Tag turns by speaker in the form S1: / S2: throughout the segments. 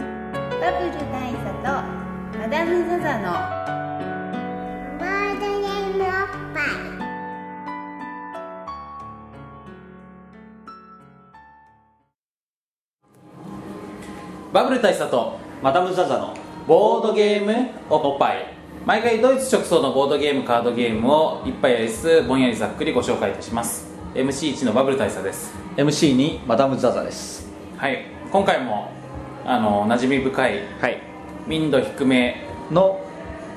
S1: バブル大佐とマダム・ザ・ザの
S2: ボードゲームおっぱい
S3: バブル大佐と
S4: マダム・ザ・ザの
S3: ボードゲームおっぱい毎回ドイツ直送のボードゲームカードゲームを一杯やりつつぼんやりざっくりご紹介いたします MC1 のバブル大佐です
S4: MC2 マダム・ザ・ザです
S3: はい今回もあの馴染み深い
S4: はい
S3: 民度低め、
S4: の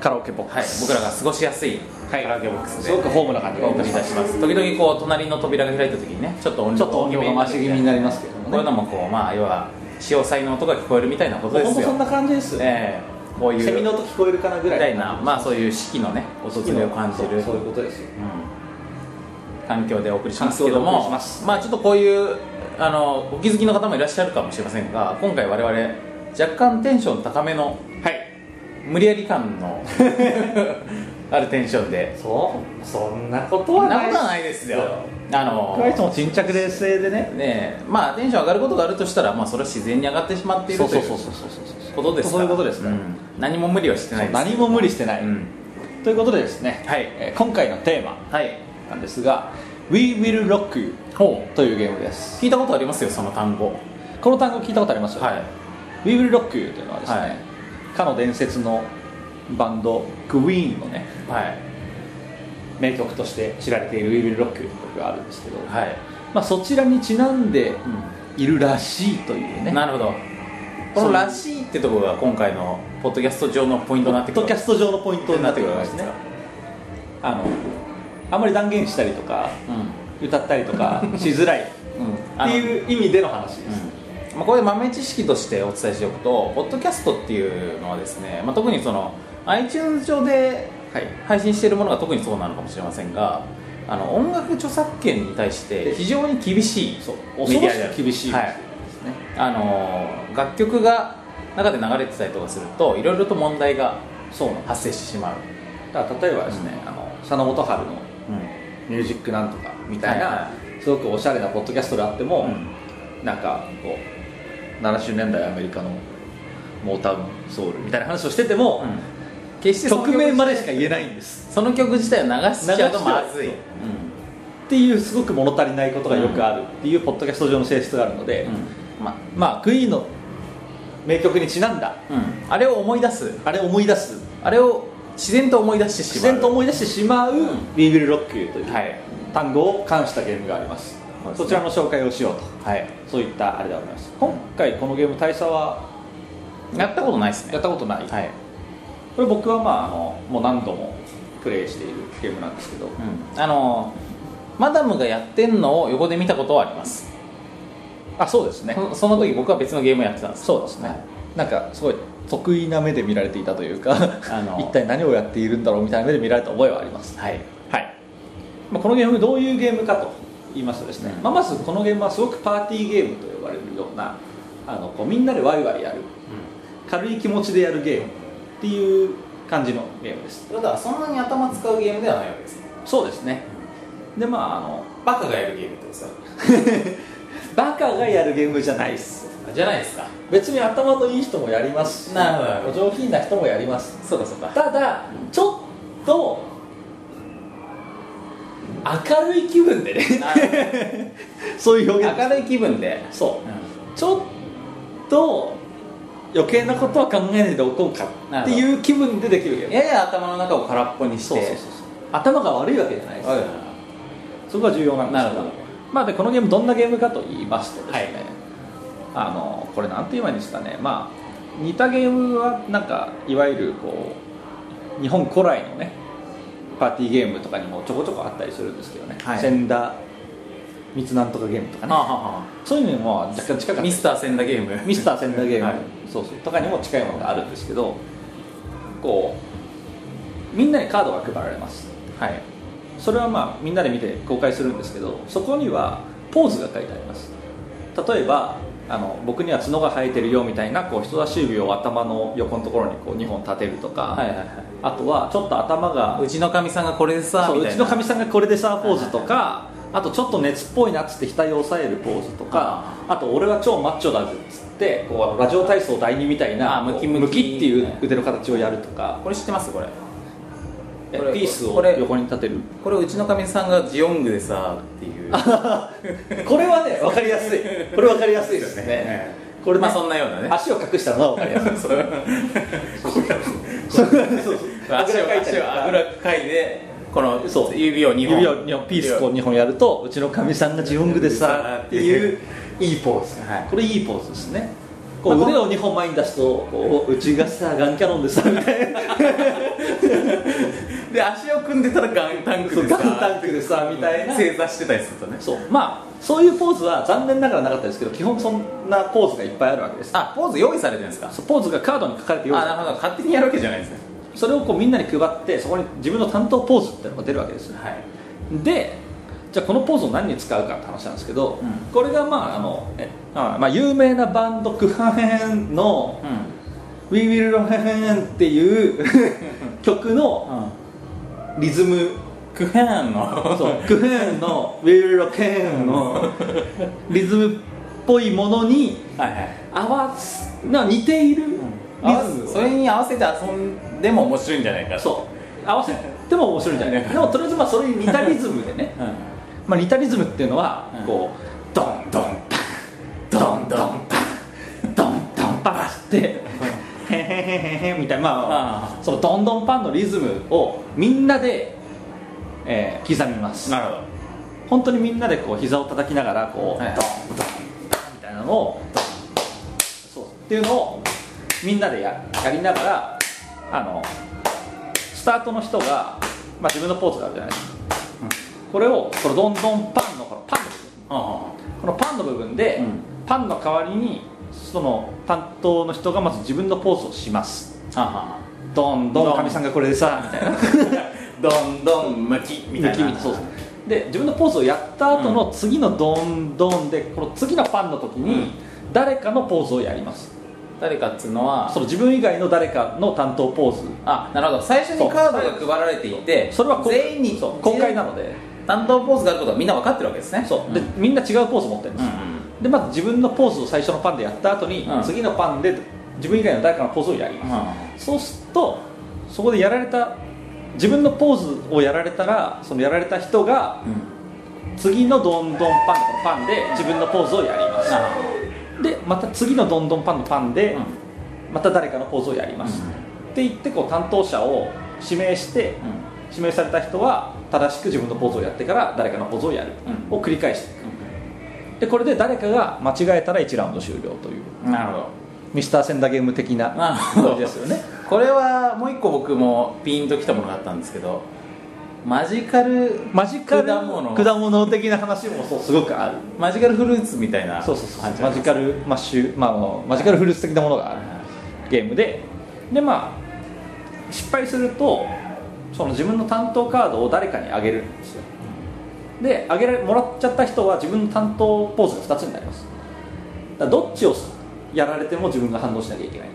S4: カラオケボッ
S3: は
S4: ク
S3: い、
S4: ス、
S3: 僕らが過ごしやすいカ
S4: はい
S3: ラオケボックス
S4: す
S3: で
S4: ごくホームな感じが
S3: お
S4: い
S3: 送
S4: た
S3: り
S4: し
S3: い
S4: ま
S3: た
S4: す
S3: します時々こう隣の扉が開いた時にねちょっと音
S4: ち
S3: 量
S4: ょっと音量が回し気味になりますけど
S3: こういう
S4: も
S3: の
S4: ね
S3: もこうまあ要は使用才の音が聞こえるみたいなことで
S4: 本
S3: す
S4: 当
S3: よ
S4: そんな感じですよね
S3: ええこういう
S4: セミの音聞こえるかなぐ
S3: みた
S4: らい
S3: いなまあそういう四季のね訪れを感じ
S4: そう
S3: る
S4: そういうことですよ
S3: うん環境でお送りしますけど
S4: 環境でお送り
S3: も
S4: します
S3: あちょっとこういうあのお気づきの方もいらっしゃるかもしれませんが今回我々若干テンション高めの
S4: はい
S3: 無理やり感 のあるテンションで
S4: そうそんなこと
S3: そ
S4: は
S3: んな
S4: な
S3: こ
S4: い
S3: とはないですよあの
S4: 僕はいつも沈着冷静でね
S3: ねえまあテンション上がることがあるとしたら、まあ、それは自然に上がってしまっているという
S4: うそう
S3: ことですから
S4: そういうことですか
S3: う
S4: ら、
S3: ん何も無理はしてないです
S4: 何も無理してない、
S3: うん
S4: ということでですね、
S3: はい
S4: えー今回のテーマ
S3: はい
S4: なんですが「We Will Rock You」というゲームです
S3: 聞いたことありますよその単語
S4: この単語聞いたことありますよ、
S3: はい
S4: ウィブル・ロックユーというのはですね、
S3: はい
S4: かの伝説のバンドクイーンのね
S3: はい
S4: 名曲として知られているウィブル・ロックユーという曲があるんですけど、
S3: はい、
S4: まあ、そちらにちなんでいるらしいというね
S3: なるほどこの「らしい」ってところが今回のポッドキャスト上のポイント
S4: ポ
S3: になって
S4: ッ
S3: く
S4: ド
S3: る
S4: キャスト上のポイントになってくるわ
S3: わ
S4: け
S3: け
S4: ですねあのあんまり断言したりとか
S3: うん、うん
S4: 歌ったりとかしづらいっ
S3: あ
S4: て
S3: の
S4: いう意味での話です、
S3: うんまあ、これ豆知識としてお伝えしておくとポッドキャストっていうのはですね、まあ、特にその iTunes 上で
S4: はい
S3: 配信しているものが特にそうなのかもしれませんがあの音楽著作権に対して非常に厳しい
S4: そう
S3: メ
S4: 恐
S3: デ
S4: ろ
S3: ィアであ
S4: し
S3: る
S4: く厳しい
S3: はい
S4: ですね、
S3: あの楽曲が中で流れてたりとかするといろいろと問題が
S4: そうなんです
S3: 発生してしまう、
S4: だから例えばですね、
S3: うん
S4: あの佐野元春の
S3: うん
S4: ミュージックなんとかみたいな、
S3: はいは
S4: すごくおしゃれなポッドキャストであっても、なんかこう70年代アメリカのモータウンソウルみたいな話をしてても、
S3: 決してその
S4: 曲名までしか
S3: 曲
S4: 言えないんです
S3: その曲自体を流しちゃうとまずい、
S4: 流しちゃうっていうすごく物足りないことがよくあるっていうポッドキャスト上の性質があるので、
S3: うんま
S4: まあクイーンの名曲にちなんだ
S3: あれを思い出す
S4: あれを思い出す
S3: あれを自然と思い出してし
S4: 自
S3: まう
S4: 然と思い出してしまう「We Will Rock You」という
S3: はい
S4: 単語を冠したゲームがあります、
S3: そうですね
S4: そちらの紹介をしようと
S3: はい
S4: そういったあれではあります今回このゲーム大佐は
S3: やったことないですね
S4: やったことない、
S3: はい、
S4: これ僕はまああのもう何度もプレイしているゲームなんですけど、
S3: うん、あのマダムがやってんのを横で見たことはあります
S4: あそうですね
S3: そその時僕は別のゲームをやってたんです
S4: そうですねなんかすごい得意な目で見られていたというか
S3: あの
S4: 一体何をやっているんだろうみたいな目で見られた覚えはあります
S3: はい
S4: はい、まあ、このゲームどういうゲームかと言いますとですね、まあ、まずこのゲームはすごくパーティーゲームと呼ばれるようなあのこうみんなでワイワイやる軽い気持ちでやるゲームっていう感じのゲームです
S3: ただそんなに頭使うゲームではないわけですね
S4: そうですねでまああの
S3: バカがやるゲームってことですよ
S4: バカがやるゲームじゃないっす
S3: じゃない ですか
S4: 別に頭のいい人もやりますし
S3: なるほ
S4: お上品な人もやります
S3: そうかそうか
S4: ただちょっと明るい気分でねそういう表現
S3: 明るい気分で、
S4: そううんちょっと余計なことは考えないでおこうかっていう気分でできるゲーム
S3: やや頭の中を空っぽにして
S4: そうそうそうそう頭が悪いわけじゃないです
S3: はい
S4: そこが重要なんですけ
S3: な
S4: ど
S3: るほど
S4: まあでこのゲームどんなゲームかと言いますとですね、
S3: はい
S4: あのこれなんて言えばいいんですかねまあ似たゲームはなんかいわゆるこう日本古来のねパーティーゲームとかにもちょこちょこあったりするんですけどね、
S3: はい
S4: センダー密なんとかゲームとかね
S3: はあはあは
S4: そういうのにも若干近
S3: あ
S4: かった
S3: ミスターセンダゲーム
S4: ミスターセンダーゲーム、
S3: はい
S4: そうそうとかにも近いものがあるんですけどこうみんなにカードが配られます
S3: はい
S4: それはまあみんなで見て公開するんですけどそこにはポーズが書いてあります例えばあの僕には角が生えてるよみたいなこう人差し指を頭の横のところにこう2本立てるとか、
S3: はいはいはい
S4: あとはちょっと頭が
S3: うちのかみさんがこれでさ
S4: そう
S3: み
S4: う
S3: たい
S4: ち
S3: な
S4: のかみさんがこれでさポーズとか、あとちょっと熱っぽいなっつって額を押さえるポーズとかあと俺は超マッチョだぜっつってこうラジオ体操第2みたいな
S3: あ
S4: こう
S3: ムキムキ
S4: っていう腕の形をやるとか
S3: これ知ってますこれ
S4: え
S3: これ
S4: ピースを
S3: これ
S4: 横に立てる
S3: これうちのかみさんがジオングでさっていう
S4: これはね 分かりやすいこれ分かりやすいですねこれね
S3: まあそんなようなね
S4: 足を隠したのは分か りやすい
S3: そう
S4: そうそう
S3: 足を
S4: いた
S3: 足
S4: り
S3: を
S4: とか
S3: あぐらかいでこの
S4: そう
S3: 指を2本
S4: 指を二本ピースこう2本やるとうちのかみさんがジオングでさっていういいポーズ、
S3: はい
S4: これいいポーズですねこう腕を2本前に出すとこううちがさガンキャノンでさみたいな
S3: で足を組んでたらガンタンク
S4: そう
S3: でさ
S4: ガンタンクでさみたいな
S3: 正座してたりするとね
S4: そうまあそういうポーズは残念ながらなかったですけど基本そんなポーズがいっぱいあるわけです
S3: あポーズ用意されてるんですか
S4: そうポーズがカードに書かれて
S3: あ
S4: よ
S3: なるほど勝手にやるわけじゃないですね
S4: それをこうみんなに配ってそこに自分の担当ポーズっていうのが出るわけですよ
S3: はい
S4: でじゃあこのポーズを何に使うかって話なんですけど、
S3: うん
S4: これがまああのえあまあ、有名なバンドクハヘンの
S3: う
S4: 「We Will Rock Hen」って いう曲の
S3: んうん
S4: リズム
S3: クヘーンの
S4: そうクヘンの「We Will Rock Hen」のリズムっぽいものに
S3: はいはい
S4: 合わすな似ているリ
S3: 合わ
S4: ズム
S3: せ
S4: を
S3: それに合わせて遊んでも面白いんじゃないかう、
S4: そう合わせても面白いんじゃないか でもとりあえずまあそれに似たリズムでね
S3: うん、
S4: まあ、似たリズムっていうのは
S3: うん
S4: こう、ドンドンパンドンドンパンドンドンパンってへへへへへみたいな、ま
S3: あ
S4: あ、そのドンドンパンのリズムをみんなで、えー刻みます
S3: なるほど
S4: 本当にみんなでこう膝を叩きながらこう、
S3: はい
S4: ドンドンパンみたいなのをドンそうっていうのをみんなでややりながらあのスタートの人が、まあ、自分のポーズがあるじゃないですか、これをこのドンドンパンのこのパンの部分
S3: あ
S4: このパンの部分で、
S3: うん
S4: パンの代わりにその担当の人がまず自分のポーズをします
S3: あはあ
S4: どんど
S3: ど
S4: ん
S3: ん
S4: かみさんがこれでさみたいな
S3: どんどんむきみたい
S4: 抜
S3: な
S4: きそうそうで自分のポーズをやった後の次のどんどんでこの次のパンの時に誰かのポーズをやります
S3: 誰かっつうのは
S4: その自分以外の誰かの担当ポーズ
S3: あなるほど最初にカードが配られていて
S4: それはこう
S3: 全員に
S4: そう公開な
S3: の
S4: ので
S3: 担当ポーズがあることはみんな分かってるわけですね
S4: そう
S3: で
S4: でみんな違うポーズ持ってるんです、でまず自分のポーズを最初のパンでやった後に、
S3: うん
S4: 次のパンで自分以外の誰かのポーズをやります、そうするとそこでやられた自分のポーズをやられたらそのやられた人が次のどんどんパンのパンで自分のポーズをやりま
S3: なる
S4: すでまた次のどんどんパンのパンで
S3: うん
S4: また誰かのポーズをやります、って言ってこう担当者を指名して指名された人は正しく自分のポーズをやってから誰かのポーズをやる、
S3: うん
S4: を繰り返していくでこれで誰かが間違えたら1ラウンド終了という
S3: うんなるほど
S4: ミスターセンダーゲーム的
S3: な
S4: な
S3: るほど
S4: 感じですよ ね
S3: これはもう一個僕もピンときたものがあったんですけどマジカル
S4: マジカル
S3: 果物
S4: 果物的な話もそうすごくある
S3: マジカルフルーツみたいな
S4: そうそうそう
S3: 感じ
S4: マジカルマッシュ、まああの、マジカルフルーツ的なものがあるゲームででまあ失敗するとその自分の担当カードを誰かにあげるんですよであげられもらっちゃった人は自分の担当ポーズが2つになりますだからどっちをやられても自分が反応しなきゃいけない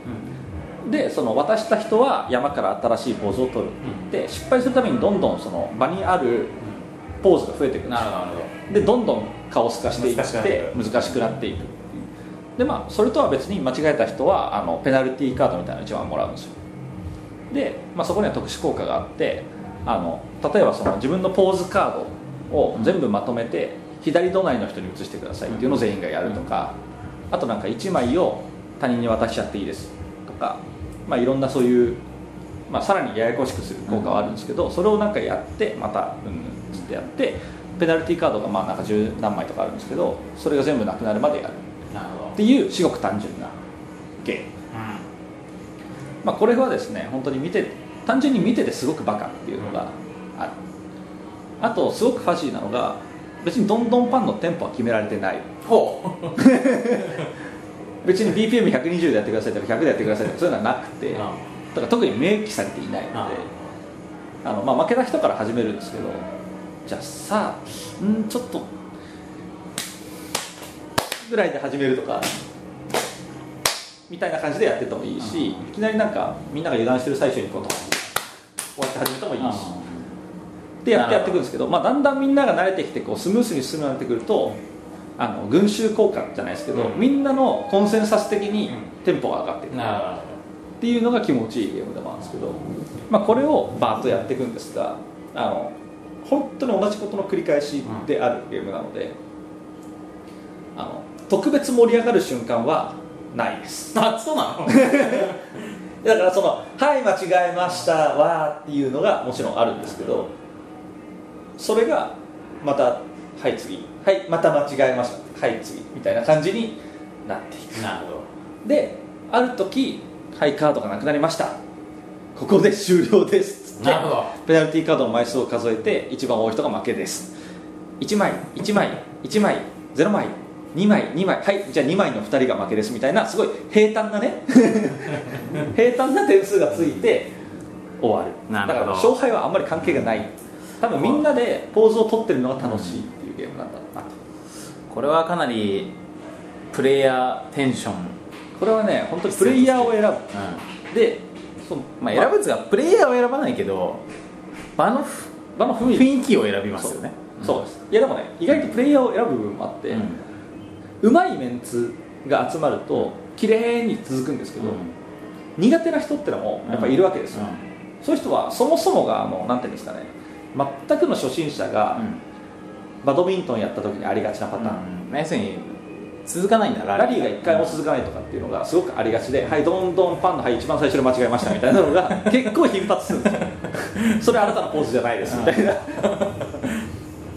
S4: でその渡した人は山から新しいポーズを取る、
S3: うん
S4: で失敗するためにどんどんその場にあるポーズが増えていくんです
S3: なる
S4: よ
S3: ほどなるほど
S4: でどんどん顔透かしていっ
S3: 難しくなって
S4: て難しくなっていくでまあそれとは別に間違えた人はあのペナルティーカードみたいなの1枚もらうんですよで、まあ、そこには特殊効果があってあの例えばその自分のポーズカードを全部まとめて左隣の人に移してくださいっていうのを全員がやるとかあとなんか1枚を他人に渡しちゃっていいですとか、まあ、いろんなそういう、まあ、さらにややこしくする効果はあるんですけどそれをなんかやってまたうんうんつってやってペナルティーカードがまあなんか十何枚とかあるんですけどそれが全部なくなるまでやる
S3: なるほど
S4: っていう至極単純なゲームまあ、これはですね本当に見て単純に見ててすごくバカっていうのがある、あとすごくファジーなのが別にどんどんパンのテンポは決められてない
S3: ほ
S4: 別に BPM120 でやってくださいとか100でやってくださいとかそういうのはなくて、
S3: うん
S4: だから特に明記されていないので、あのまあ、負けた人から始めるんですけどじゃあさあんーちょっとぐらいで始めるとかみたいな感じでやっててもいいし、いきなりなんかみんなが油断してる最中にこう終わって始めてもいいし、でやって
S3: な
S4: や
S3: る
S4: っ
S3: ほ
S4: てい
S3: ど
S4: くんですけど、まあ、だんだんみんなが慣れてきてこうスムースに進むようになってくるとあの群衆効果じゃないですけど、
S3: うん
S4: みんなのコンセンサス的に
S3: うん
S4: テンポが上がっていくっ
S3: なる
S4: ていうのが気持ちいいゲームでもあるんですけど、まあ、これをバーッとやっていくんですがあの本当に同じことの繰り返しであるゲームなので、あの特別盛り上がる瞬間はないです
S3: ほどあそうなの
S4: だからその「はい間違えました」わーっていうのがもちろんあるんですけどそれがまた「はい次」「はいまた間違えました」「はい次」みたいな感じになってい
S3: なるほど
S4: くである時「はいカードがなくなりました」「ここで終了です」っつって
S3: なるほど
S4: ペナルティーカードの枚数を数えて一番多い人が負けです1枚1枚1枚0枚2枚2枚はいじゃあ2枚の2人が負けですみたいなすごい平坦 なね平坦な点数がついて終わる
S3: なるほど
S4: だから勝敗はあんまり関係がない多分みんなでポーズを取ってるのが楽しいっていうゲームなんだろうなと
S3: これはかなりプレイヤーテンション、うん
S4: これはね本当にプレイヤーを選ぶでその
S3: まあ、選ぶんですがプレイヤーを選ばないけど場のふ
S4: 場の雰囲気
S3: 雰囲気を選びますよね
S4: そうですいやでもね意外とプレイヤーを選ぶ部分もあって、
S3: うん
S4: うまいメンツが集まると綺麗に続くんですけど、苦手な人ってのもやっぱいるわけですよ、そういう人はそもそもがあのなんていうんですかね全くの初心者がバドミントンやった時にありがちなパターン、
S3: うんまあ要するに続かないんだ
S4: ラリーが1回も続かないとかっていうのがすごくありがちで、はい、どんどんパンの、はい、一番最初に間違えましたみたいなの が結構頻発するんですよ、それあなたのポーズじゃないですみたいな、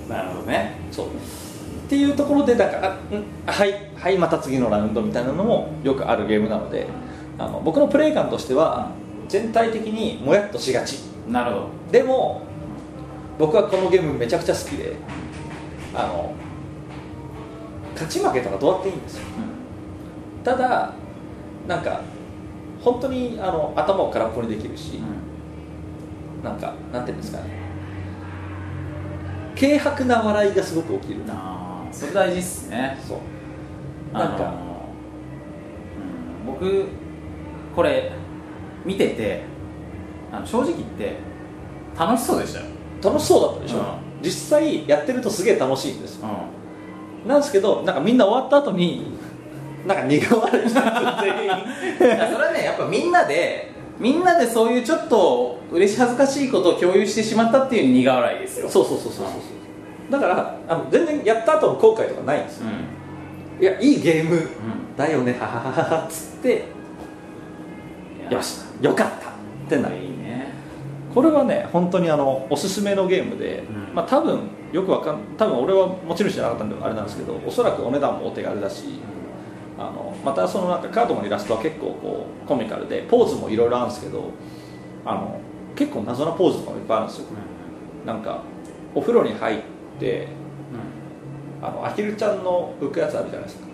S3: なるほどね
S4: そうっていうところでだからうんはいはいまた次のラウンドみたいなのもよくあるゲームなのであの僕のプレイ感としては全体的にもやっとしがち
S3: なるほど
S4: でも僕はこのゲームめちゃくちゃ好きであの勝ち負けとかどうやっていいんですよただなんか本当にあの頭を空っぽにできるし、なんかなんていうんですかね軽薄な笑いがすごく起きるな
S3: ああそれ大事っすね
S4: そう
S3: なんか
S4: あ
S3: うん、僕これ見ててあの正直言って楽しそうでしたよ、
S4: 楽しそうだったでしょ、
S3: う
S4: 実際やってるとすげえ楽しいんですよ
S3: う
S4: なんですけどなんかみんな終わった後になんか苦笑いしてる全員
S3: ん、いやそれはねやっぱみんなでみんなでそういうちょっと嬉し恥ずかしいことを共有してしまったっていう苦笑いですよ
S4: そうそうそうそうそうだからあの全然やった後の後悔とかないんですよ
S3: うん、
S4: いやいいゲーム
S3: う
S4: だよねははははっつって
S3: ん、
S4: よしよかったってなる
S3: いいね
S4: これはね本当にあのおすすめのゲームで、
S3: うん
S4: まあ多分よくわかん多分俺は持ち主じゃなかったんであれなんですけどおそらくお値段もお手軽だし、あのまたそのなんかカードのイラストは結構こうコミカルでポーズもいろいろあるんですけどあの結構謎なポーズとかもいっぱいあるんですよなんかお風呂に入ってあのアヒルちゃんの浮くやつあるじゃないですか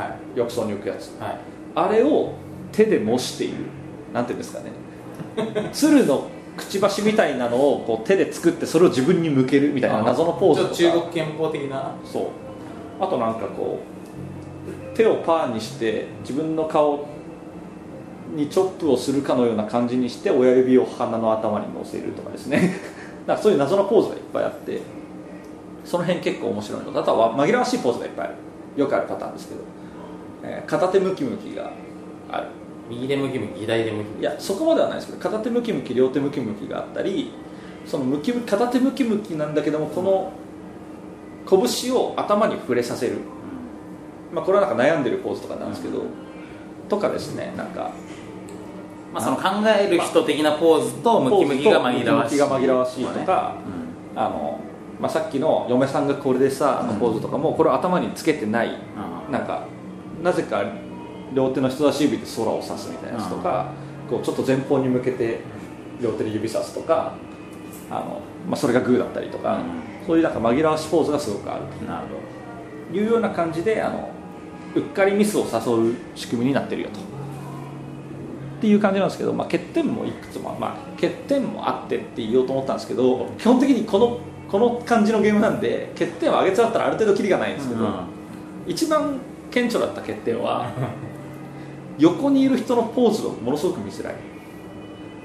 S3: は
S4: 浴槽に浮くやつ
S3: いはい
S4: あれを手で模しているなんていうんですかね鶴のくちばしみたいなのをこう手で作ってそれを自分に向けるみたいな謎のポーズとか
S3: ちょっと中国憲法的な
S4: そうあとなんかこう手をパーにして自分の顔にチョップをするかのような感じにして親指を鼻の頭に乗せるとかですね なんかそういう謎のポーズがいっぱいあってその辺結構面白いのとあとは紛らわしいポーズがいっぱいあるよくあるパターンですけど、えー片手ムキムキがある
S3: 右で向き向き左で向き向
S4: いやそこまではないですけど片手ムキムキ両手ムキムキがあったりそのムキムキ片手ムキムキなんだけどもこの拳を頭に触れさせる、まあ、これはなんか悩んでるポーズとかなんですけど、とかですねなんか
S3: まあ、その考える人的なポーズとムキムキが紛らわしい
S4: ポーズとムキムキが紛らわしいとか
S3: うん
S4: あの、まあ、さっきの嫁さんがこれでさあのポーズとかもこれを頭につけてないなんかなぜか両手の人差し指で空を指すみたいなやつとか、こうちょっと前方に向けて両手で指さすとかあの、まあ、それがグーだったりとか、
S3: うん
S4: そういうなんか紛らわしポーズがすごくある
S3: なるほ
S4: というような感じであのうっかりミスを誘う仕組みになってるよと。っていう感じなんですけど、まあ、欠点もいくつも、まあ、欠点もあってって言おうと思ったんですけど基本的にこのこの感じのゲームなんで欠点を上げちゃったらある程度キリがないんですけど、
S3: ど、
S4: 一番顕著だった欠点は横にいる人のポーズをものすごく見せられる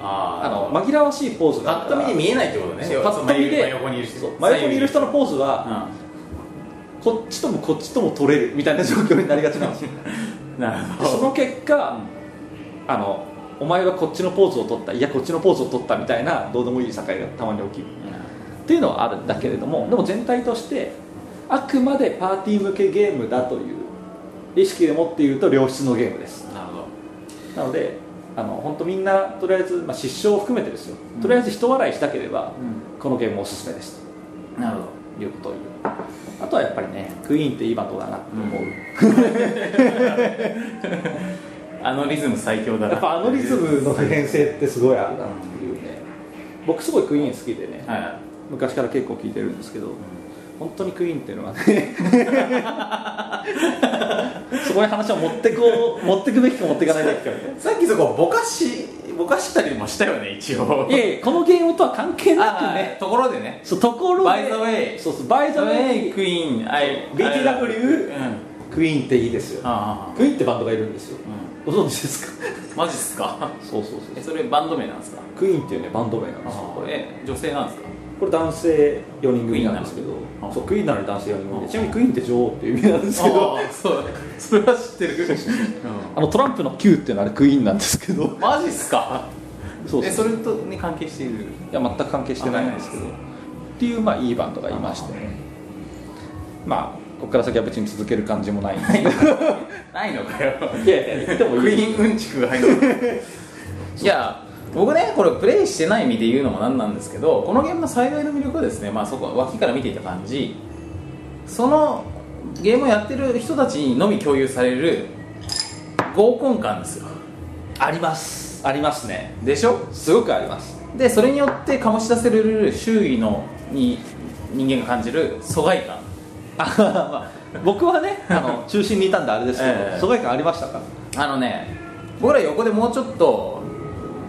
S3: あー
S4: あの紛らわしいポーズが
S3: ぱっと見で見えないってことね
S4: そう
S3: 要
S4: パ
S3: は
S4: ッと見で
S3: 真横にいる人
S4: そう真横にいる人のポーズ
S3: う
S4: は、
S3: ん
S4: こっちともこっちとも取れるみたいな状況になりがちなんですよ
S3: なる
S4: で そ
S3: ほど
S4: の結果、あのお前はこっちのポーズを取ったいやこっちのポーズを取ったみたいなどうでもいい境がたまに起きるっていうのはあるんだけれどもでも全体としてあくまでパーティー向けゲームだという意識でもって言うと良質のゲームです
S3: なるほど
S4: なのであの本当みんなとりあえず、まあ、失笑を含めてですよ、
S3: うん
S4: とりあえず人笑いしたければ、このゲームおすすめです
S3: なるほど
S4: ということを言うあとはやっぱりねクイーンっていいバンドだなって思う、
S3: うんあのリズム最強だな
S4: やっぱあのリズムの普遍性ってすごいあるなっていうね僕すごいクイーン好きでね、
S3: はいはい
S4: 昔から結構聴いてるんですけど、本当にクイーンっていうのはねそこに話を持ってこう持ってくべきか持っていかないべきかみたい
S3: さっきそこぼかしぼかしたりもしたよね一応
S4: ないやいやこのゲームとは関係なく
S3: あ
S4: ね
S3: ーところでね
S4: そうところで
S3: バイザウェイ
S4: そうそうバイザウェイ
S3: クイーン I
S4: BTW
S3: うんあ
S4: クイーンっていいですよ
S3: あ
S4: クイーンってバンドがいるんですよ
S3: う
S4: ご存知ですか
S3: んマジっすか
S4: そうそうそ
S3: え
S4: う
S3: それバンド名なんですか
S4: クイーンっていうねバンド名なんですよこ
S3: こ
S4: れ
S3: れ女性なんですか
S4: これ男性4人組なんですけど
S3: クイーンなの
S4: そうクイーンなのに男性4人組
S3: あ
S4: でちなみにクイーンって女王っていう意味なんですけど
S3: あーそう それは知ってる
S4: あのトランプの Q っていうのはあれクイーンなんですけど
S3: うんマジっすか
S4: そう
S3: え
S4: そう
S3: それとに関係している
S4: いや全く関係してないんですけど
S3: あ
S4: っ
S3: ない
S4: ていうまあいいバンドがいましてねまあここから先は別に続ける感じもないんですけど
S3: ないの かよ
S4: いやいや言っても
S3: クイ
S4: いい
S3: ーンうんちくが入る いや僕ねこれプレイしてない身で言うのもなんなんですけどこのゲームの最大の魅力はですね、まあ、そこ脇から見ていた感じそのゲームをやってる人たちにのみ共有される合コン感ですよ
S4: ありますありますね
S3: でしょ
S4: すごくあります
S3: でそれによって醸し出せる周囲のに人間が感じる疎外感
S4: あ、まあ、僕はねあの中心にいたんであれですけど、
S3: ええ
S4: 疎外感ありましたか
S3: あのね僕ら横でもうちょっと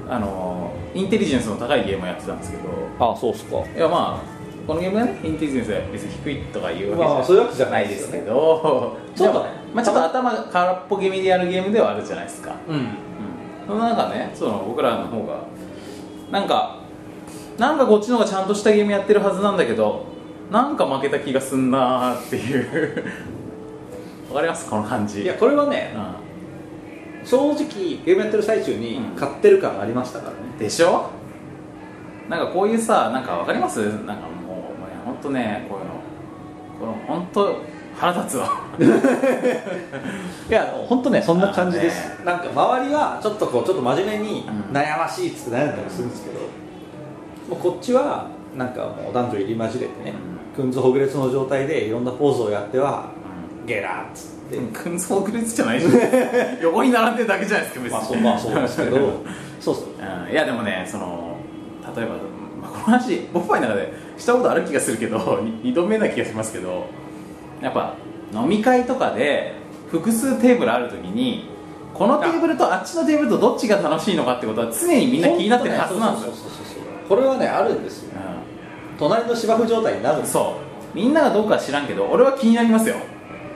S3: あのインテリジェンスの高いゲームをやってたんですけど
S4: ああそうっすか
S3: いやまあこのゲームはねインテリジェンスは別に低いとかいう
S4: ま
S3: わ
S4: あ
S3: け
S4: そういうわけ
S3: じ
S4: じ
S3: ゃ
S4: ゃ
S3: な
S4: ないい
S3: で
S4: ですす
S3: け
S4: け
S3: ど
S4: ちょっとね
S3: でもまあ、ちょっと頭空っぽ気味でやるゲームではあるじゃないですか、
S4: うん
S3: うん、その中ねその僕らの方がなんかなんかこっちの方がちゃんとしたゲームやってるはずなんだけどなんか負けた気がすんなーっていう わかりますこの感じ
S4: いやこれはね
S3: う
S4: 正直ゲームやってる最中に
S3: うん
S4: 買ってる感ありましたからね、
S3: ん、でしょなんかこういうさなんかわかりますなんかもう本当ねこういうのこの本当腹立つわ
S4: いや本当ねそんな感じです、
S3: あ
S4: なんか周りはちょっとこうちょっと真面目に
S3: うん
S4: 悩ましいっつって悩んだりするんですけど、もうこっちはなんかもう男女入り混じれてね、くん、ずほぐれつの状態でいろんなポーズをやってはゲラーっつって、
S3: くんそくれつじゃ ないでしょ横に並んでるだけじゃないですか別に
S4: まあそうまあそうですけ
S3: うん
S4: どそうそう
S3: いやでもねその例えば、まあ、この話僕はの中でしたことある気がするけど2 度目な気がしますけどやっぱ飲み会とかで複数テーブルあるときにこのテーブルとあっちのテーブルとどっちが楽しいのかってことは常にみんな気になってるはずなんですよ
S4: そうそうそうそうこれはねあるんですよ隣の芝生状態になるん
S3: うん
S4: です
S3: そうみんながどうかは知らんけど俺は気になりますよ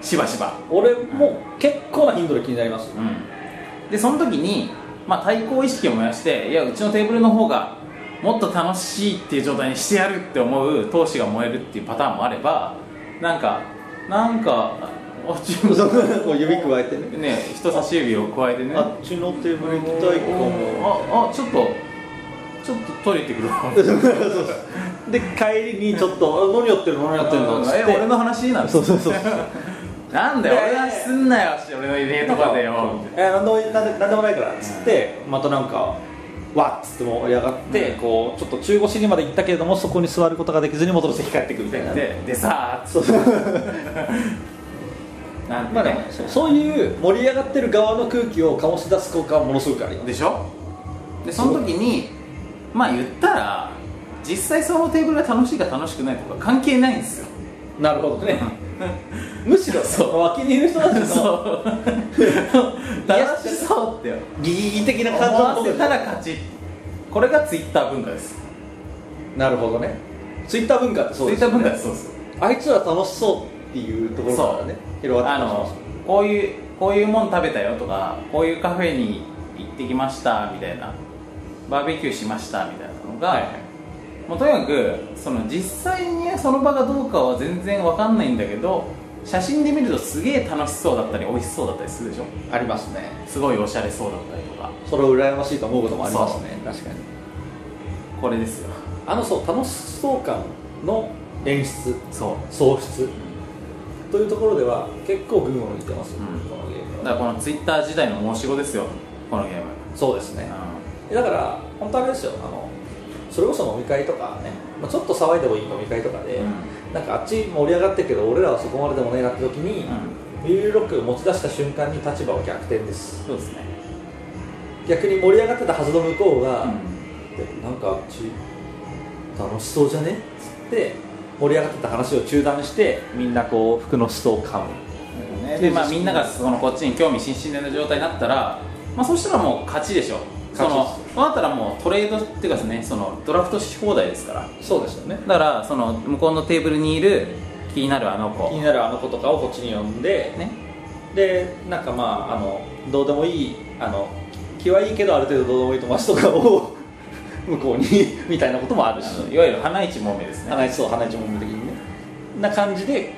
S3: しばしば
S4: 俺も結構な頻度で気になり ますよ
S3: うん、でその時に、まあ、対抗意識を燃やしていやうちのテーブルの方がもっと楽しいっていう状態にしてやるって思う闘志が燃えるっていうパターンもあればなんかなんかあっちも
S4: そうこう指加えてね
S3: ね人差し指を加えてね
S4: あっちのテーブル行きたいかも
S3: ああちょっとちょっとトイレ行ってくるわ
S4: そうそうそう で帰りにちょっと「あ何やってるの何やってるの」っつって
S3: え俺の話なん
S4: そうそうそうそう
S3: なんだよ俺の話すんなよ俺の入れとかでよ
S4: えーなんでもなんでなんでもないから」っつってまたなんか「わっ」つって盛り上がって、
S3: うん
S4: こうちょっと中腰にまで行ったけれどもそこに座ることができずに元の席帰ってくみたいな
S3: ででさーっつ
S4: そうそ
S3: っ
S4: う
S3: て なん
S4: ま
S3: て
S4: あでも
S3: ね
S4: そうそういう盛り上がってる側の空気を醸し出す効果はものすごくあります
S3: でしょでその時にまあ言ったら実際そのテーブルが楽しいか楽しくないとか関係ないんですよ
S4: なるほど ねむしろ
S3: そう
S4: 脇にいる人たちの
S3: そう
S4: 楽
S3: 楽
S4: し
S3: し
S4: さ
S3: そうって
S4: ギギギ的な
S3: 思
S4: 感じの
S3: わ
S4: とこ
S3: せ
S4: ろ
S3: たら勝ちこれがツイッター文化です
S4: なるほどねツイッター文化ってそう
S3: ツイ
S4: で
S3: ッ
S4: す
S3: ター
S4: よね
S3: 文化ってそうです
S4: あいつら楽しそうっていうところからね広
S3: あ
S4: がっ
S3: の
S4: てき
S3: こういうこういうもん食べたよとかこういうカフェに行ってきましたみたいなバーベキューしましたみたいなのが、
S4: はいはい
S3: もうとにかくその実際にその場がどうかは全然わかんないんだけど写真で見るとすげえ楽しそうだったり美味しそうだったりするでしょ
S4: ありますね
S3: すごいおしゃれそうだったりとか
S4: それを羨ましいと思うこともありますね確かに
S3: これですよ
S4: あのそう楽しそう感の演出
S3: そ
S4: 喪失というところでは結構群を抜いてます、
S3: ん
S4: このゲー
S3: う
S4: ム
S3: だからこのツイッター時代の申し子ですよこのゲーム、
S4: そうですねだから本当あれですよあのそれこそ飲み会とかね、まあ、ちょっと騒いでもいい飲み会とかで、
S3: う
S4: なんかあっち盛り上がってるけど俺らはそこまででもねえなって時に、ビールロックを持ち出した瞬間に立場は逆転です
S3: そうですね、
S4: 逆に盛り上がってたはずの向こうが、
S3: うん
S4: でなんかあっち楽しそうじゃねっつって盛り上がってた話を中断してみんなこう服の裾を買う
S3: でまあ、みんながそのこっちに興味津々の状態になったら、まあ、そしたらもう勝ちでしょそ
S4: 勝ちです
S3: のそうなったらもうトレードっていうかですねそのドラフトし放題ですから
S4: そうですよね
S3: だからその向こうのテーブルにいる気になるあの
S4: 気
S3: 子
S4: になるあの子とかをこっちに呼んで、
S3: ね
S4: でなんかまああのどうでもいいあの気はいいけどある程度どうでもいい友達とかを向こうにみたいなこともあるし
S3: あのいわゆる花一もめですね
S4: 花一そう花一もめ的にねな感じで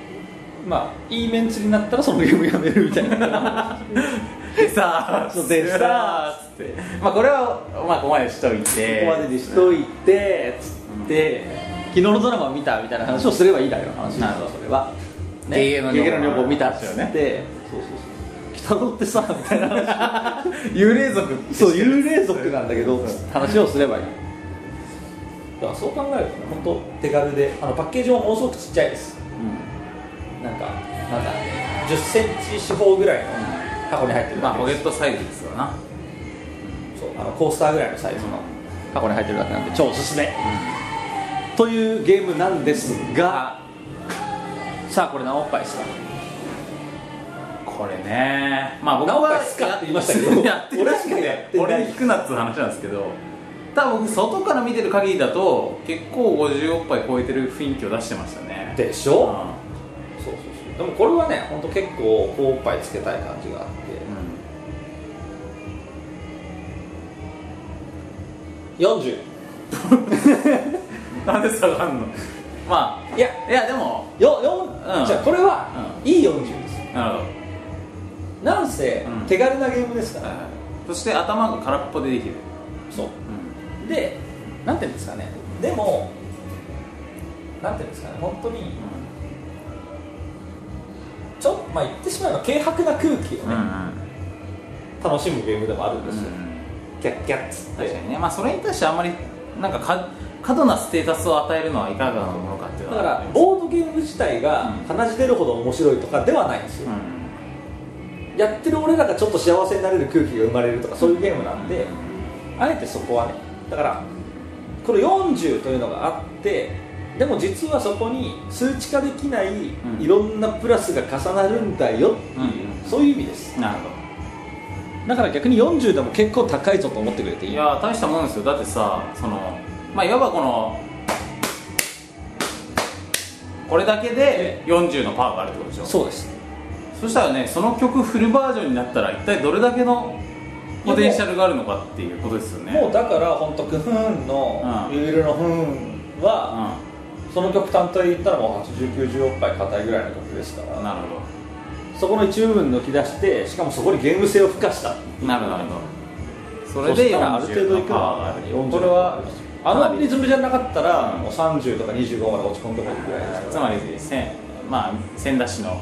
S4: まあいいメンツになったらそのゲームやめるみたいな
S3: で さあ
S4: そうでさあ
S3: つってまあこれはまあここまでしといて
S4: ここまでにしといてつって昨日のドラマ見たみたいな話をすればいいだけの話ですよ
S3: なるほど
S4: それは
S3: ゲゲの女房
S4: ゲゲの女房見たっつ
S3: そう
S4: っ
S3: ね
S4: てそうそうそう北野ってさみたいな話
S3: 幽霊族って
S4: そう
S3: 知ってる
S4: 幽霊族なんだけど
S3: そう
S4: 話をすればいいだからそう考えるとね本当手軽であのパッケージもものすごくちっちゃいですなんかなんだ1 0センチ四方ぐらいの箱に入って
S3: う
S4: る
S3: んまあ
S4: だけ
S3: ポケ
S4: です
S3: ットサイズですわな
S4: そうあのコースターぐらいのサイズの箱に入ってるだけなんで超おすすめ、というゲームなんですがさあこれ何おっぱいですか
S3: これねまあ僕
S4: 何
S3: は
S4: 回すかって言いましたけど
S3: やってるしか
S4: 俺しかやってない
S3: 俺に聞くなっつう話なんですけど多分僕外から見てる限りだと結構50おっぱい超えてる雰囲気を出してましたね
S4: でし
S3: う
S4: ょ、
S3: ん
S4: そうそうそうでもこれはね本当結構こうおっぱいつけたい感じがあって、40
S3: うんなんで下がんのまあ
S4: いや
S3: いやでも
S4: よよ
S3: うん
S4: んじゃあこれは、いい40です
S3: なるほど
S4: なんせ、
S3: うん
S4: 手軽なゲームですから、
S3: そして頭が空っぽでできる、
S4: そうでなんていうんですかねでもなんていうんですかね本当にちょっとまあ言ってしまえば軽薄な空気をね、
S3: うん
S4: 楽しむゲームでもあるんですよ、
S3: うん
S4: キャッキャッつって
S3: 確かにね、まあ、それに対してあんまりなんかか過度なステータスを与えるのはいかがなものかっていう
S4: だ
S3: の
S4: か
S3: は
S4: らボードゲーム自体が
S3: うん
S4: 鼻血出るほど面白いとかではないんですよ、
S3: う
S4: やってる俺らがちょっと幸せになれる空気が生まれるとかそういうゲームなん
S3: ん
S4: で、あえてそこはねだからこの40というのがあってでも実はそこに数値化できない
S3: ん
S4: いろんなプラスが重なるんだよっていう、
S3: うん
S4: そういう意味です
S3: なるほ
S4: だから逆に40でも結構高いぞと思ってくれて
S3: ど
S4: い
S3: い
S4: い
S3: やー大したもんですよだってさそのまあいわばこのこれだけで40のパワーがあるってことでしょ
S4: そうです
S3: そしたらねその曲フルバージョンになったら一体どれだけのポテンシャルがあるのかっていうことですよね
S4: もうだから本当クフーンの
S3: うん
S4: ユールのフーンは、その曲単体で言ったらもう8090おっぱい硬いぐらいの曲ですか
S3: うんな
S4: ら
S3: るほ
S4: そこの一部分抜き出してしかもそこにゲーム性を付加した
S3: どなるほどそ
S4: そ
S3: れ
S4: れ
S3: で
S4: で
S3: 40
S4: ある程度い
S3: の
S4: く
S3: パワーがある
S4: これはあのリズムじゃなかったら
S3: うん
S4: もう30とか25まで落ち込んでもいいぐらいです
S3: つ
S4: から
S3: まりせまあ千田市の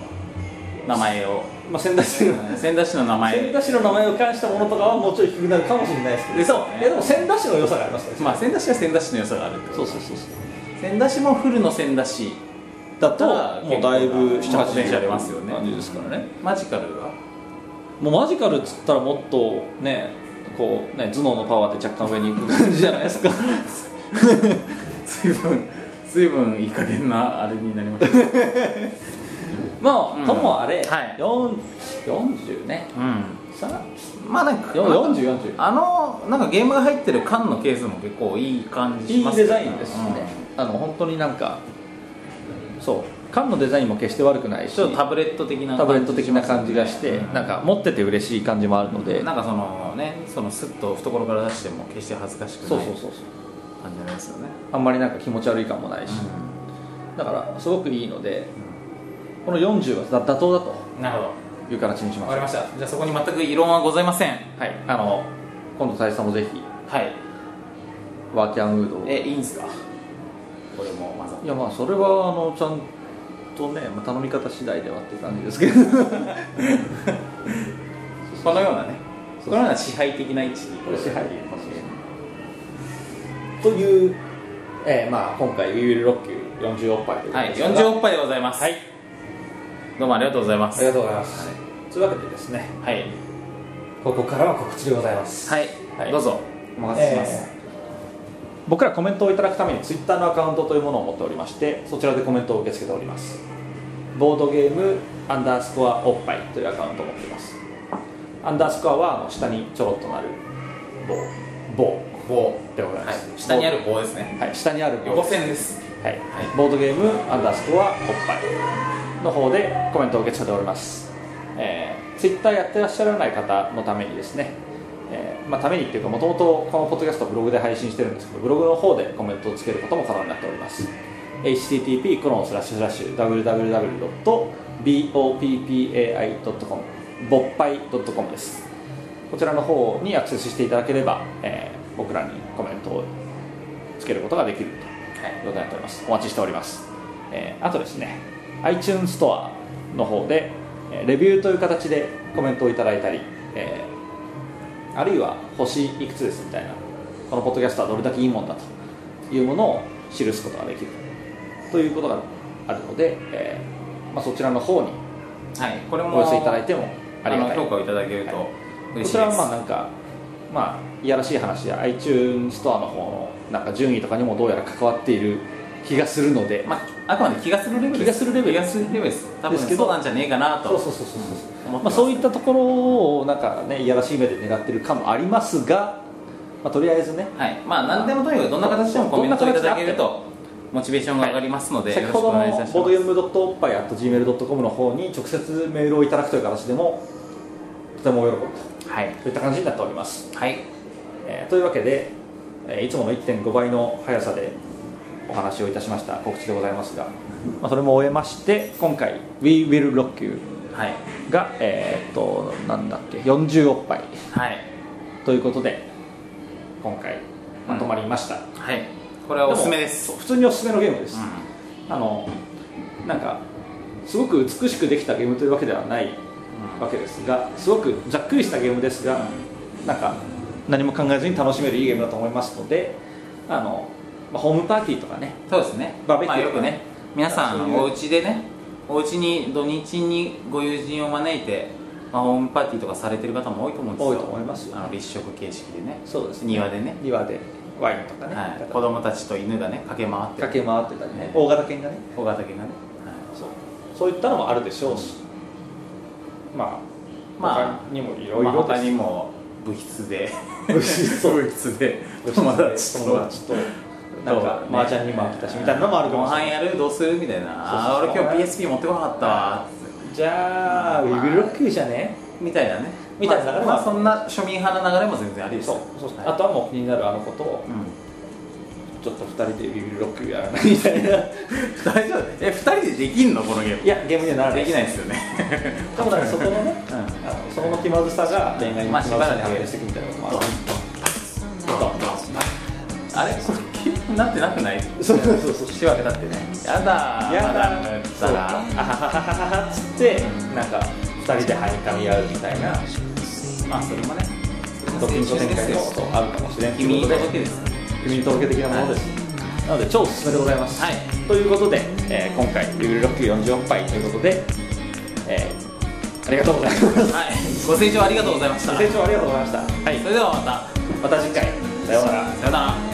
S3: 名前を
S4: まあ仙台市の
S3: 千田市の名
S4: 仙
S3: 前
S4: 台市の名前を冠したものとかはもうちょい低くなるかもしれないですけど
S3: ですよ
S4: そう
S3: ね
S4: いやでも仙台市の良さがありますね
S3: まあ千田市は千田市の良さがあるってこと
S4: そうそうそうそう
S3: 千田市もフルの千田市
S4: だと
S3: だ
S4: もうだいぶ
S3: 結構なポテンシャルありますよね
S4: 感じですからね
S3: マジカルは
S4: もうマジカルっつったらもっとねこうね頭脳のパワーで若干上に行く感じじゃないですか
S3: 随分随分いい加減なあれになりました ね
S4: ま
S3: うん
S4: あともあれ、
S3: はい
S4: 四40ね
S3: うん
S4: さ
S3: まあなんか
S4: よ4040
S3: あのなんかゲームが入ってる缶のケースも結構いい感じし
S4: い
S3: ま
S4: い
S3: すね
S4: デザインですね、あの本当になんかそう缶のデザインも決して悪くないし
S3: ちょっとタブレット的な
S4: タブレット的な感じが
S3: し
S4: し
S3: ますね
S4: て、なんか持ってて嬉しい感じもあるので、
S3: なんかそのねそのスッと懐から出しても決して恥ずかしく
S4: そう
S3: ない
S4: そうそうそう
S3: 感じになりますよね
S4: あんまりなんか気持ち悪い感もないし、だからすごくいいのでこの40は妥当だと
S3: なるほど
S4: いう形にし
S3: わ
S4: ま
S3: か
S4: す
S3: りましたじゃあそこに全く異論はございません
S4: はいあの今度大佐もぜひ
S3: はい
S4: ワーキャンムードを
S3: えいいんすかこれもまざ
S4: いやまあそれはあのちゃんとね、まあ、頼み方次第ではっていう感じですけど
S3: このようなねこのような支配的な位置に
S4: 支配という、えーまあ今回ゆる6級40おっぱいということ
S3: はい
S4: ですから
S3: 40おっぱいでございます
S4: はい
S3: どうもありがとうございま
S4: ありが
S3: す
S4: とうございます、というわけでですね
S3: はい
S4: ここからは告知でございます
S3: はい、
S4: はい
S3: どうぞ
S4: お任せします、僕らコメントをいただくためにツイッターのアカウントというものを持っておりましてそちらでコメントを受け付けておりますボードゲームアンダースコアおっぱいというアカウントを持っていますアンダースコアはあの下にちょろっとなる棒棒でござい
S3: は
S4: ま
S3: い
S4: す、
S3: 下にある棒ですね
S4: はい下にある棒
S3: 横線です
S4: はい、ボードゲームアンダースコアおっぱいの方でコメントを受け付けております、えー、ツイッターやってらっしゃらない方のためにですね、えーまあ、ためにっていうかもともとこのポッドキャストブログで配信してるんですけどブログの方でコメントをつけることも可能になっております http コロンスラッシュスラッシュ www.boppai.com ぼっぱい .com ですこちらの方にアクセスしていただければ、えー僕らにコメントをつけることができるとということになっておりますお待ちしております、えーあとですね iTunes ストアの方でえーレビューという形でコメントをいただいたり、えーあるいは星いくつですみたいなこのポッドキャストはどれだけいいもんだというものを記すことができるということがあるので、えーまあ、そちらの方に
S3: はいこれも
S4: お寄せいただいてもあ
S3: あ
S4: りが
S3: の
S4: たい
S3: 評価をいただけると嬉し
S4: こ
S3: いです
S4: ちらはまあなんかまあいやらしい話で iTunes ストアの方のなんか順位とかにもどうやら関わっている気がするので、
S3: まあ、あくまで気がするレベルです
S4: 気がするレベル
S3: 気がするレベルです多分
S4: ですけど
S3: そうなんじゃねえかなと
S4: そうそうそうそうそう、
S3: 思って
S4: ま
S3: ま
S4: あ、
S3: す
S4: そういったところをなんかねいやらしい目で狙ってる感もありますが、まあ、とりあえずね
S3: はいまあ何でもとにかくどんな形でもコメントいただける
S4: どんな
S3: とモチベーションが上がりますので、
S4: 先
S3: よろ
S4: ほ
S3: しくお
S4: どの
S3: 願いいたし
S4: ボードゲ
S3: ま
S4: ームドットおっぱい at gmail.com の方に直接メールをいただくという形でもとてもお喜び
S3: すはい
S4: とといった感じになっております、
S3: はい
S4: えーというわけで、えーいつもの1.5倍の速さでお話をいたしました告知でございますが、まあ、それも終えまして今回「We Will Rock You
S3: はい」
S4: がえーっとなんだっけ40おっぱい
S3: はい
S4: ということで今回まとまりました、
S3: はいこれはおすすめです
S4: もそう普通におすすめのゲームです、
S3: う
S4: あのなんかすごく美しくできたゲームというわけではないわけですがすごくざっくりしたゲームですが、なんか何も考えずに楽しめるいいゲームだと思いますのであの、まあ、ホームパーティーとかね
S3: んそうですね
S4: バーベキュー
S3: まあ、よくね皆さ
S4: そうんいう
S3: お家でねお家に土日にご友人を招いて、まあ、ホームパーティーとかされてる方も多いと思うんですよ
S4: 多いと思いますよ
S3: あの立食形式でね
S4: そうです
S3: 庭でね、
S4: 庭でワインとかね、
S3: はい、子供たちと犬がね駆け回って
S4: 駆け回ってたりね
S3: ね
S4: 大型犬がね
S3: 小型犬がね、はい
S4: そうそういったのもあるでしょうし、まあ
S3: まあ
S4: 他にもいろい
S3: まあ、
S4: ろ
S3: 他 にも部室で
S4: 部室と
S3: 部室で 友
S4: 友
S3: 達
S4: 達
S3: と
S4: となんか麻雀にも飽きたしみたいなのもあるか
S3: ご
S4: もし
S3: 飯
S4: れない
S3: やるどうするみたいなあ
S4: そうそう
S3: ー俺今日 PSP 持ってこなかったわ
S4: じゃあウィブロックじゃね
S3: みたいなね
S4: みたいな
S3: まあまあ、そんな庶民派な流れも全然ありですよ
S4: そうそう
S3: はい
S4: あとはもう気になるあのことを
S3: うん
S4: ちょっと2人でウィブロックやらないみたいな
S3: 大丈夫え二人でできんのこのゲーム
S4: いやゲームにはならない
S3: できないですすよね
S4: でもなんかそこのね
S3: うん
S4: あのそこの気まずさが恋愛の気
S3: ま
S4: ま
S3: あ
S4: ず
S3: し
S4: さ
S3: ば
S4: に
S3: らく
S4: 発展していくみたいなのもある
S3: あれこれゲームになってなくない
S4: そうそうそうそう
S3: しばらくだってねやだー
S4: や
S3: ま
S4: だ
S3: だ
S4: そうあはははははっつってなんか2人ではにかみ合うみたいな
S3: まあそれもね
S4: ドキンと展開のことあるかもしれんという
S3: 君に
S4: ことで
S3: だけです
S4: 君に届け的なものです、なので超おすすめでございます、
S3: はい
S4: ということで、えー今回「ゆる6 4 4杯」ということで、えーありがとうございます
S3: はいご清聴ありがとうございました
S4: ご清聴ありがとうございました、はい、
S3: それではまた
S4: また次回さようなら
S3: さよなら